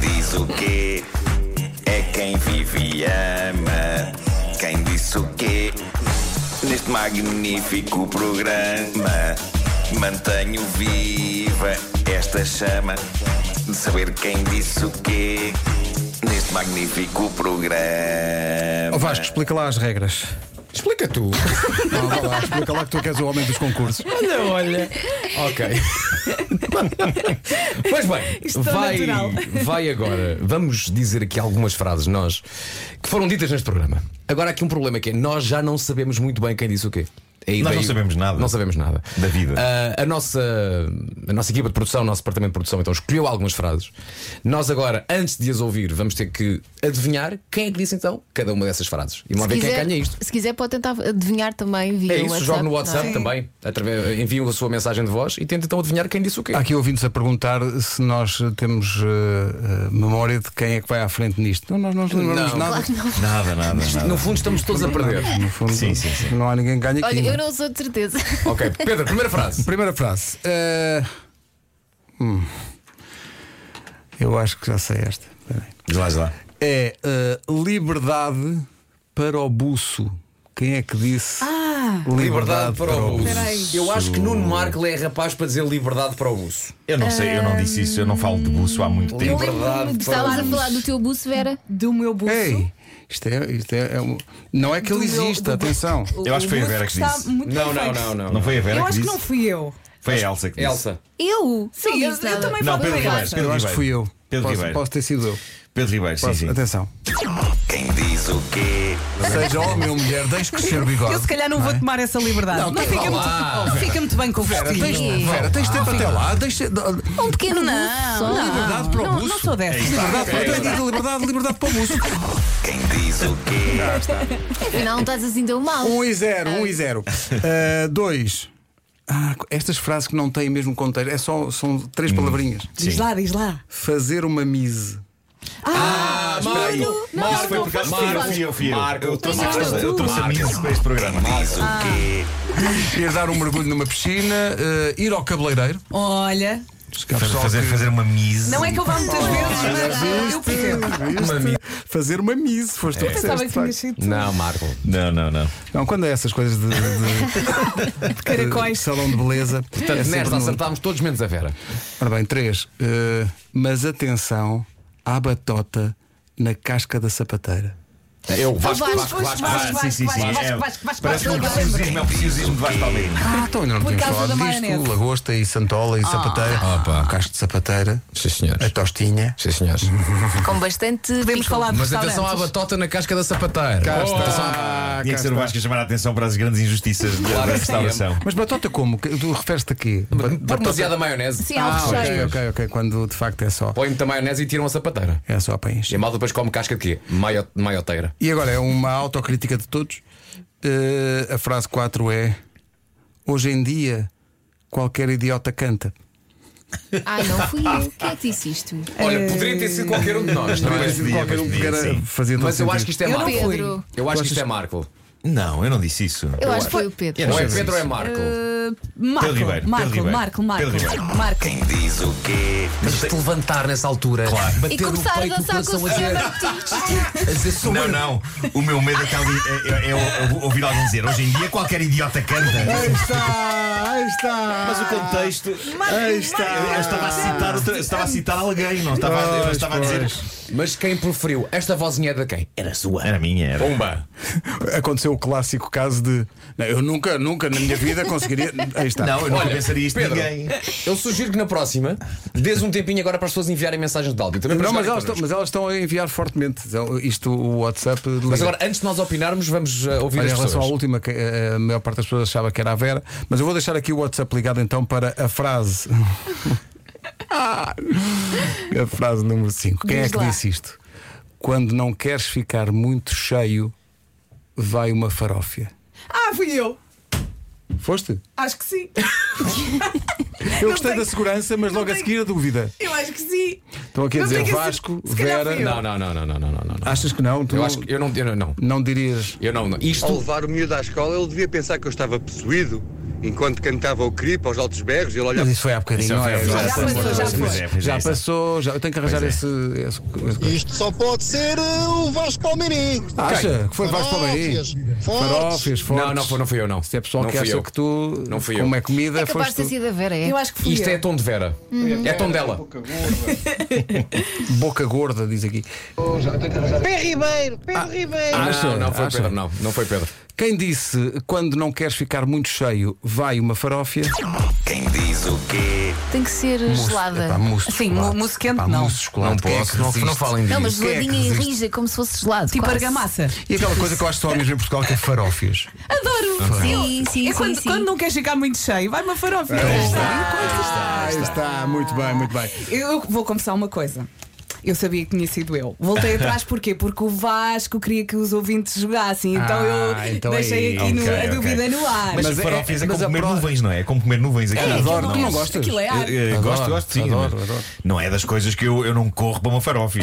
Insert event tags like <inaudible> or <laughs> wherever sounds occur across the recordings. disse o quê? É quem vive e ama. Quem disse o quê? Neste magnífico programa, mantenho viva esta chama de saber quem disse o quê. Neste magnífico programa. Ó Vasco, explica lá as regras. <laughs> Explica tu. Ah, vá lá, explica lá que tu queres o homem dos concursos. Olha, olha. Ok. Pois bem, Isto é vai, natural. vai agora. Vamos dizer aqui algumas frases, nós, que foram ditas neste programa. Agora, há aqui um problema que é: nós já não sabemos muito bem quem disse o quê. É aí Nós daí- não sabemos nada. Não sabemos nada. Da vida. Ah, a, nossa, a nossa equipa de produção, o nosso departamento de produção, então escolheu algumas frases. Nós agora, antes de as ouvir, vamos ter que adivinhar quem é que disse então cada uma dessas frases. E vamos ver quem é ganha isto. se quiser, pode tentar adivinhar também via É isso, WhatsApp. joga no não é? WhatsApp também, através, enviam a sua mensagem de voz e tenta então adivinhar quem disse o quê. Há aqui ouvintes a perguntar se nós temos eh, eh, memória de quem é que vai à frente nisto. Não, nós não nos lembramos Não. de nada. Nada, nada, nada. No fundo, estamos todos a perder. No fundo, Sim, sim, sim. não é? há ninguém que ganhe aqui. Olha, eu não sou de certeza. ok, Pedro, primeira frase. Primeira frase. Eh, hum. eu acho que já sei esta. Espera aí. Diz lá, diz lá. É eh, liberdade para o buço. Quem é que disse? <laughs> Ah. Liberdade para o buço? uso. Eu acho que Nuno Marco é rapaz para dizer liberdade para o uso. Eu não sei, eu não disse isso, eu não falo de buço há muito tempo. Liberdade <laughs> Estavas a falar do teu buço, Vera? Do meu bolso. Ei, isto é, isto é, é um- não é que Do ele meu- existe, do- atenção. Eu acho que foi a Vera que disse. Não, não, não, não. Não foi a Vera Eu que acho que disse? não fui eu. Foi a Elsa que disse. Elsa. Eu? Sim, eu, eu também Não, fui Pedro Ribeiro. eu. Eu acho Ribeiro. que fui eu. Pedro Posso, Ribeiro. posso ter sido eu. Pedro Ribeiro, sim, Tá Posso- sim. Atenção. Quem diz o quê? Seja homem ou mulher, deixe crescer o Eu, bigode. se calhar não vou tomar essa liberdade. Não, fica, muito, fica muito bem com o vestido. Tens- Vera, é. tens Ah. tempo até lá. Deixa, Um pequeno Não, buço só. liberdade para o Ah. Não, buço. não sou dessa. liberdade, liberdade, liberdade, liberdade para o buço. Quem diz o quê? Afinal, não estás assim tão mal. 1 e 0, 1 e 0. 2. Ah, estas frases que não têm mesmo contexto, é só, são três palavrinhas. Diz lá, diz lá. Fazer uma mise. Ah, Marco. Mas foi por causa Marco, Fui eu, fui eu. Marco, Eu trouxe a Marco, questão- eu trouxe a mesa para este programa. Diz o quê? Ir dar um mergulho numa piscina, eh, ir ao cabeleireiro. Olha. Fazer- Fazer, fazer uma mise. Não é que eu vá muitas vezes, mas eu é percebo. Uma mise. Ah, Fazer uma mise, foste tu que Pensava disseste, que de facto. tinha sido Não, Marco. Não, não, não. Não, quando é essas coisas de, de- <laughs> de de caracóis. salão de beleza. é Portanto, sempre nesta no- acertámos todos menos a Vera. Ora bem, três. eh, mas atenção à batota na casca da sapateira. Eu, Vasco, Vasco, Vasco, Vasco, Vasco, Ah, Vasco. sim, sim, sim. Vasco, é- Vasco, Vasco, Parece Vasco, um Vasco. preciosismo, é um preciosismo de Vasco Palmeiras. Ah, então ainda não Por tínhamos causa falado da disto. maionese. Ah. Lagosta e santola e sapateira. Um Opa. Casco de sapateira. Sim, A senhores. tostinha. Sim, senhores. Com bastante. Podemos pico. falar de Mas atenção à restaurantes. batota na casca da sapateira. Oh, atenção à- Tinha que ser o Vasco a chamar a atenção para as grandes injustiças da- da restauração. Mas batota como? Que- Tu referes-te aqui? Ba- Demasiada maionese. Sim, há Ah, o ok, recheio. ok, ok. Quando de facto é só. Põe-me a maionese e tiram a sapateira. É só para E a encher. malta depois come casca de quê? Maio- Maioteira. E agora é uma autocrítica de todos. Eh, a frase 4 é: Hoje em dia, qualquer idiota canta. Ai, Ah, não fui eu. Quem <laughs> é que disse isto? Olha, poderia ter sido qualquer um de nós, não é? Pois podia, qualquer pois um que podia, era, sim. fazia todo Mas eu sentido. acho que isto é Eu não Marco. fui. Pedro. Eu acho que isto é Marco. Não, eu não disse isso. Eu acho que foi o Pedro. Ou é Sim, sim, Pedro ou é sim. Marco? Eh, Pedro Ribeiro, Marco, Marco, Pedro Ribeiro, Marco, Pedro Marco, Ribeiro. Marco. Quem diz o quê? Ah. Mas te levantar nessa altura, claro. E começar a dançar com o Sr. Martins. <laughs> Não, não. O meu medo é, que alguém, é, é- é ou- ouvir alguém dizer hoje em dia qualquer idiota Aí canta. está, aí está. Ah. Mas o contexto. Aí é está. Eu, eu estava a citar outra- eu estava a citar alguém, não estava, a- eu estava a dizer. Mas quem preferiu? Esta vozinha é de quem? Era sua. Era minha, era. Pumba! Aconteceu o clássico caso de "Não, eu nunca, nunca na minha vida conseguiria. Aí está. Não, eu não Olha, pensaria isto de Pedro. ninguém. Eu sugiro que na próxima dês um tempinho agora para as pessoas enviarem mensagens de áudio. Também para Não, mas jogarem elas, estão, connosco. mas elas estão a enviar fortemente. Então, Isto, o WhatsApp. liga. Mas agora, antes de nós opinarmos, vamos uh, ouvir Olha, em as relação à pessoas. última, que eh, a maior parte das pessoas achava que era a Vera, mas eu vou deixar aqui o WhatsApp ligado então para a <laughs> frase. Ah, a frase número 5. Quem é Diz que lá. disse isto? Quando não queres ficar muito cheio, vai uma farófia. Ah, fui eu. Foste? Acho que sim. Eu gostei da tenho- segurança, mas não logo a tenho- seguir a dúvida. Eu acho que sim. Estão aqui a Não dizer tenho a cer- Vasco, se calhar Vera. fui eu. Não, não, não, não, não, não, não, não. não. Achas que não? Tu Eu não, acho que eu não, eu não, não. não dirias. Eu não, não. Ao Isto levar o miúdo à escola, ele devia pensar que eu estava possuído e enquanto cantava o creep aos altos berros, ele olhava. Mas isso foi há bocadinho, Isso não é? foi- Já, Já passou, passou, já Pois foi. é, pois é, já isso é. passou, já- eu tenho que arranjar é. esse, esse- esse- Isto só pode ser uh, o Vasco Palmeirim. Acha? Que foi Vasco para o Farófias, fortes. Farófias, fortes. Não, não, foi, não fui eu, não. Se é pessoal não que fui acha eu. que tu, Não fui eu. como é comida, É capaz foste de ter tu. sido a Vera, é? Eu acho que fui. Isto eu. é tom de Vera. Uhum. É tom dela. boca gorda, diz aqui. Pedro Ribeiro, Pedro Ribeiro. Acha? Não, não foi Acha? Pedro, não. Não foi Pedro. Quem disse quando não queres ficar muito cheio, vai uma farófia? Quem diz o quê? Tem que ser gelada. Epá, mousse de Sim, chocolate. mousse quente, Epá, não. mousse de chocolate. Não Quem é posso, que não, resiste? não falem disso. Não, mas Quem é que geladinha e resiste? rija, como se fosse gelado. Tipo quase. argamassa. E aquela coisa que eu acho que só mesmo em Portugal que é farófias. Adoro! Sim, sim, É sim. quando, sim. quando não queres ficar muito cheio, vai uma farófia. Então, é Ah, está, muito bem, muito bem. Eu vou confessar uma coisa. Eu sabia que tinha sido eu. <laughs> Voltei atrás porquê? Porque o Vasco queria que os ouvintes jogassem. Então Ah, eu então é deixei isso. aqui no- Ok, a ok. dúvida no ar. Mas, Mas é- farófias é, mas como a comer pró- nuvens, não é? É como comer nuvens aqui. É, Adoro, aquilo não, é- não gostas? Aquilo é ar. Eh, eh, Adoro, gosto, gosto, sim. adoro, mas adoro. Não é das coisas que eu, eu não corro para uma <laughs> farófia.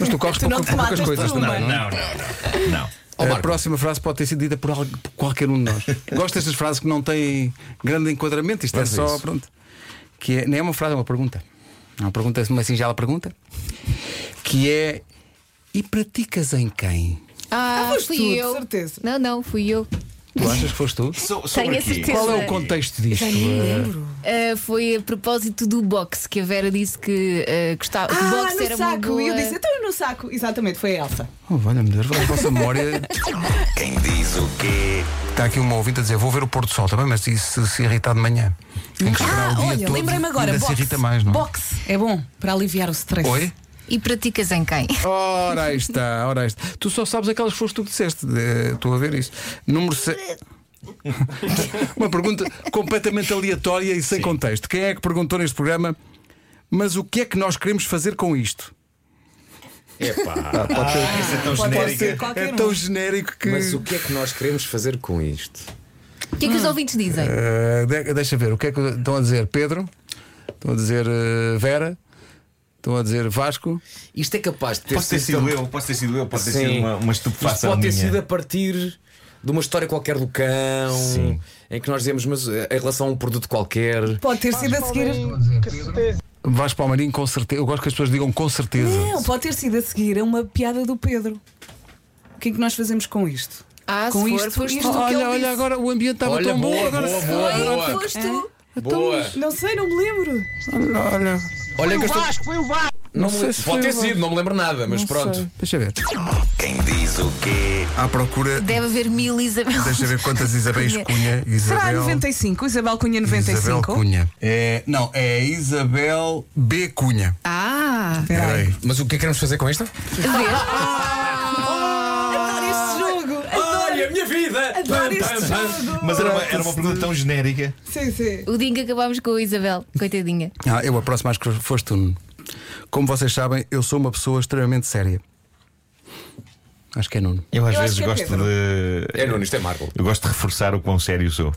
Mas tu corres Tu não pouca- poucas te matas por coisas uma. também, não é? não, não, não. não. a próxima frase pode ter sido dita por, algu- por qualquer um de nós. Gosto destas frases que não têm grande enquadramento, isto é Vamos a só, isso. pronto. Que é, nem é uma frase, é uma pergunta. É uma pergunta, uma singela pergunta. Que é: e praticas em quem? Ah, foste fui tu, de eu. certeza. Não, não, fui eu. Tu achas que foste tu? So, Tenho sobre a quê? certeza. Qual é o contexto disto? Ah, foi a propósito do boxe que a Vera disse que ah, gostava. que o Ah, boxe era no uma saco. boa... E eu disse, então eu no saco. Exatamente, foi a Elsa. Oh, Valha-me Deus, a vossa memória. tipo. Quem diz o quê? Está aqui uma ouvinte a dizer: vou ver o pôr do sol também, mas e se, se irritar de manhã? Tem que esperar Ah, o dia olha, todo, lembrei-me agora. Ainda se Boxe. irrita mais, não é? Boxe é bom para aliviar o stress. Oi? E praticas em quem? Ora aí está, ora aí está. Tu só sabes aquelas que foste tu que disseste. Eh, Estou a ver isso. Número 6. <laughs> Uma pergunta completamente aleatória e sem contexto. Quem é que perguntou neste programa? Mas o que é que nós queremos fazer com isto? Epá. Isso é tão Pode ser genérica. qualquer É um. tão genérico que. Mas o que é que nós queremos fazer com isto? O que é que os ouvintes dizem? Eh, de- deixa ver, o que é que estão a dizer? Pedro? Estão a dizer eh, Vera? Estão a dizer Vasco? Isto é capaz de ter Posso ter sido eu, posso ter sido eu, posso ter sido uma, uma Isto estupefação pode ter minha. sido a partir de uma história qualquer do cão, Sim. em que nós dizemos, mas eh, em relação a um produto qualquer. Pode ter sido a seguir. é Vasco Palmarim, com certeza. Eu gosto que as pessoas digam com certeza. Não, pode ter sido a seguir a uma piada do Pedro. O que é que nós fazemos com isto? Ah, com se for, isto, foste isto tu. que Olha, ele disse. olha, agora o ambiente estava Olha, tão bom. boa, agora boa, boa, Foi, boa. foste tu. Boa. Não sei, não me lembro. Olha, Olha que Foi o eu estou... Vasco, foi o Vasco. não, sei se Pode foi ter o sido, não me lembro nada, mas pronto. Sei. Deixa ver. Quem diz o quê? À procura. Deve haver mil Isabel. Deixa ver quantas Isabéis Cunha. Cunha. Será Isabel, 95? Isabel Cunha Isabel 95? Cunha. É, não, é Isabel B. Cunha. <laughs> Ah, Peraí. Mas o que é que queremos fazer com isto? Adoro Ah! este jogo! Adoro! Olha, minha vida! Adoro este É, jogo! Mas era uma, era uma pergunta tão genérica. Sim, sim. o dia em que acabámos com a Isabel, coitadinha. Ah, eu aproximo acho que foste tu. Nuno. Como vocês sabem, eu sou uma pessoa extremamente séria. Acho que é Nuno. Eu às Eu acho vezes que é gosto Pedro. de. É Nuno, isto é Marco. Eu gosto de reforçar o quão sério sou.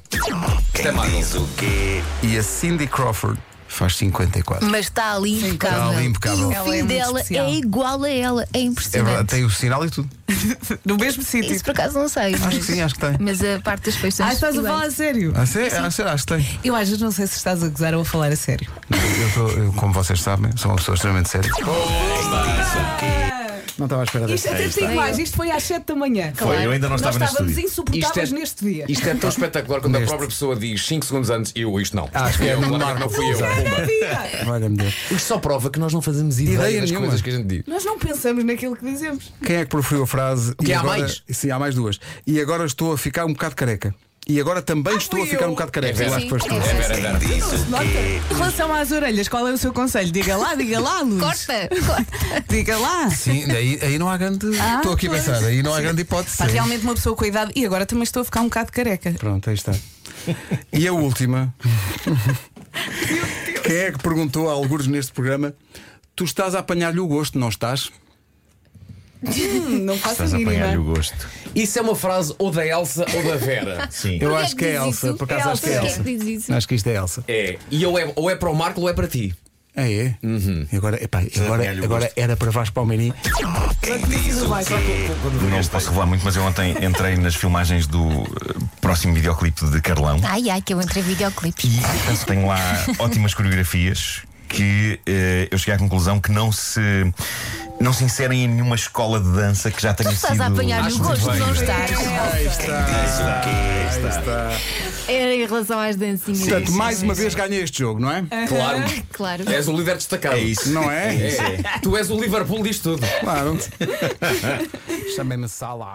Quem diz o quê? E a Cindy Crawford faz 54. Mas está ali impecável. está ali E impecável. o Ela é filho muito dela especial. é igual a ela. É É verdade, impressionante. tem o sinal e tudo. No mesmo sítio. Isso por acaso não sei. Acho que sim, acho que tem. Mas a parte das feições. Ah, estás a falar a sério? Ah, sim, ah, sim, acho que tem. Eu às vezes não sei se estás a gozar ou a falar a sério. Eu tô- eu, como vocês sabem, sou uma pessoa extremamente séria. Não estava à espera Isto disso. até te digo mais, isto foi às 7 da manhã. Foi, eu ainda não Nós estava neste estávamos estúdio. insuportáveis neste dia. Isto é tão espetacular quando Neste. a própria pessoa diz 5 segundos antes, eu isto não. Acho que é eu, o claro, não fui eu. é Pumba. Havia. Valha-me Deus. Isto só prova que nós não fazemos Ideia ideia das nenhuma. coisas que a gente diz. Nós não pensamos naquilo que dizemos. Quem é que proferiu a frase? que e há agora... mais? Sim, há mais duas. E agora estou a ficar um bocado careca. E agora também estou a fui ficar eu. um bocado careca. É Eu acho que Sim, foste tu. é É verdade. Vera, é Vera. Nota. Em relação às orelhas, qual é o seu conselho? Diga lá, diga lá, Luz. <laughs> Corta, corta. Diga lá. Sim, daí, aí não há grande. Ah, Estou aqui a pois. pensar, aí não há grande hipótese. Pá, realmente uma pessoa com idade. E agora também estou a ficar um bocado careca. Pronto, aí está. E a última. Quem é que perguntou a algures neste programa? Tu estás a apanhar-lhe o gosto, não estás? Hum, Não faço a Estás a apanhar-lhe o mínima. gosto. Isso é uma frase ou da Elsa ou da Vera. Sim. Eu Quem é acho que que é diz Elsa, isso? por acaso É acho que é Quem é Elsa. que diz isso? Acho que isto é Elsa. É. E ou é, ou é para o Marco ou é para ti. Ah, é? E agora, epá, agora, apanhar-lhe o agora gosto. era para Vasco Palmeirim. Vai, vai. Não posso revelar muito, mas eu ontem entrei nas filmagens do eh, próximo videoclipe de Carlão. Ai, ai, que eu entrei em videoclipes. E portanto, tenho lá ótimas coreografias que eh, eu cheguei à conclusão que não se não se inserem em nenhuma escola de dança que já tenha Tu sido. estás a apanhar no Acho muito gosto, bem. não estás? Aí está, aí está. Era em relação às dancinhas. Portanto, mais uma vez ganhei este jogo, não é? Claro. Claro. És o líder destacado. É isso. Não é? É. Tu és o Liverpool disto tudo. Claro. <laughs> Chamei-me Salah.